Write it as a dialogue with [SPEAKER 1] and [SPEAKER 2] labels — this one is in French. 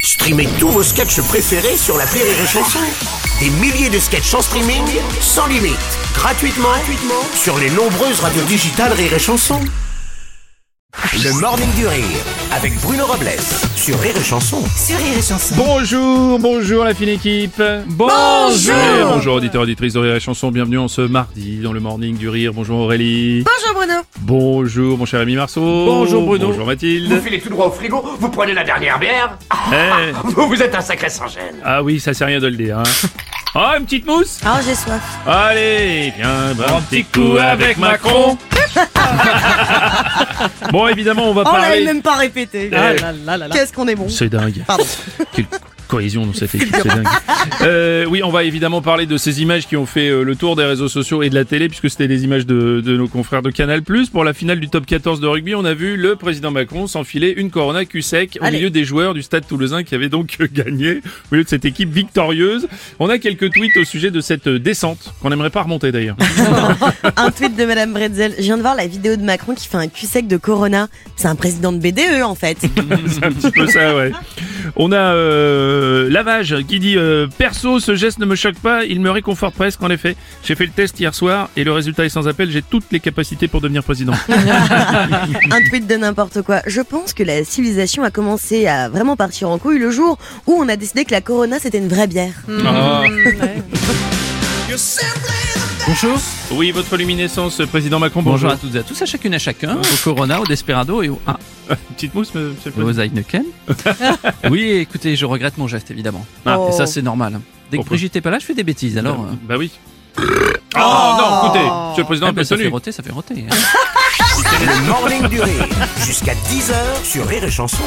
[SPEAKER 1] Streamez tous vos sketchs préférés sur la Rire et Chanson. Des milliers de sketchs en streaming, sans limite, gratuitement, gratuitement sur les nombreuses radios digitales Rire et Chanson. Le Morning du Rire avec Bruno Robles sur Rire et Chanson.
[SPEAKER 2] sur Rire et Chanson.
[SPEAKER 3] Bonjour, bonjour la fine équipe.
[SPEAKER 2] Bonjour.
[SPEAKER 3] Et Bonjour auditeurs, auditrices de Rire et Chanson, bienvenue en ce mardi dans le morning du rire. Bonjour Aurélie.
[SPEAKER 2] Bonjour Bruno.
[SPEAKER 3] Bonjour mon cher ami Marceau.
[SPEAKER 4] Bonjour, Bruno.
[SPEAKER 3] Bonjour Mathilde.
[SPEAKER 5] Vous filez tout droit au frigo, vous prenez la dernière bière. Ah,
[SPEAKER 3] Eh,
[SPEAKER 5] vous, vous êtes un sacré sans-gêne.
[SPEAKER 3] ah oui, ça c'est rien de le dire. hein. Ah, une petite mousse
[SPEAKER 2] Ah, j'ai soif.
[SPEAKER 3] Allez, viens, bah, un petit coup avec Macron. bon, évidemment, on va
[SPEAKER 2] On l'avait
[SPEAKER 3] parler...
[SPEAKER 2] même pas répété.
[SPEAKER 3] Ah Bah là
[SPEAKER 2] Qu'est-ce qu'on est bon.
[SPEAKER 3] C'est dingue.
[SPEAKER 2] Pardon.
[SPEAKER 3] Quelle cohésion dans cette équipe, c'est dingue. Euh, oui, on va évidemment parler de ces images qui ont fait euh, le tour des réseaux sociaux et de la télé, puisque c'était des images de, de nos confrères de Canal+. Pour la finale du top 14 de rugby, on a vu le président Macron s'enfiler une Corona Q sec au
[SPEAKER 2] Allez.
[SPEAKER 3] milieu des joueurs du stade toulousain qui avaient donc euh, gagné, au milieu de cette équipe victorieuse. On a quelques tweets au sujet de cette euh, descente, qu'on n'aimerait pas remonter d'ailleurs.
[SPEAKER 2] Un tweet de Madame Bretzel. Je viens de voir la vidéo de Macron qui fait un cul sec de Corona. C'est un président de BDE en fait.
[SPEAKER 3] C'est un petit peu ça, ouais. On a euh, Lavage qui dit euh, Perso, ce geste ne me choque pas, il me réconforte presque, en effet. J'ai fait le test hier soir et le résultat est sans appel, j'ai toutes les capacités pour devenir président.
[SPEAKER 2] un tweet de n'importe quoi. Je pense que la civilisation a commencé à vraiment partir en couille le jour où on a décidé que la Corona c'était une vraie bière.
[SPEAKER 3] Ah. Oui, votre luminescence, président Macron, bonjour.
[SPEAKER 4] Bonjour à toutes et à tous, à chacune et à chacun, au Corona, au Desperado et au, ah,
[SPEAKER 3] Petite mousse, monsieur le
[SPEAKER 4] et
[SPEAKER 3] président.
[SPEAKER 4] aux Heineken. oui, écoutez, je regrette mon geste, évidemment.
[SPEAKER 3] Ah.
[SPEAKER 4] Et
[SPEAKER 2] Oh.
[SPEAKER 4] ça, c'est normal. Dès que
[SPEAKER 3] Pourquoi
[SPEAKER 4] Brigitte est pas là, je fais des bêtises, alors... euh,
[SPEAKER 3] Bah oui. Oh, non, écoutez, monsieur le président,
[SPEAKER 4] eh ben,
[SPEAKER 3] un peu
[SPEAKER 4] ça fait
[SPEAKER 3] tenu.
[SPEAKER 4] roter, hein. ça fait roter.
[SPEAKER 1] Le Morning du Rire jusqu'à 10h sur Rire et Chanson.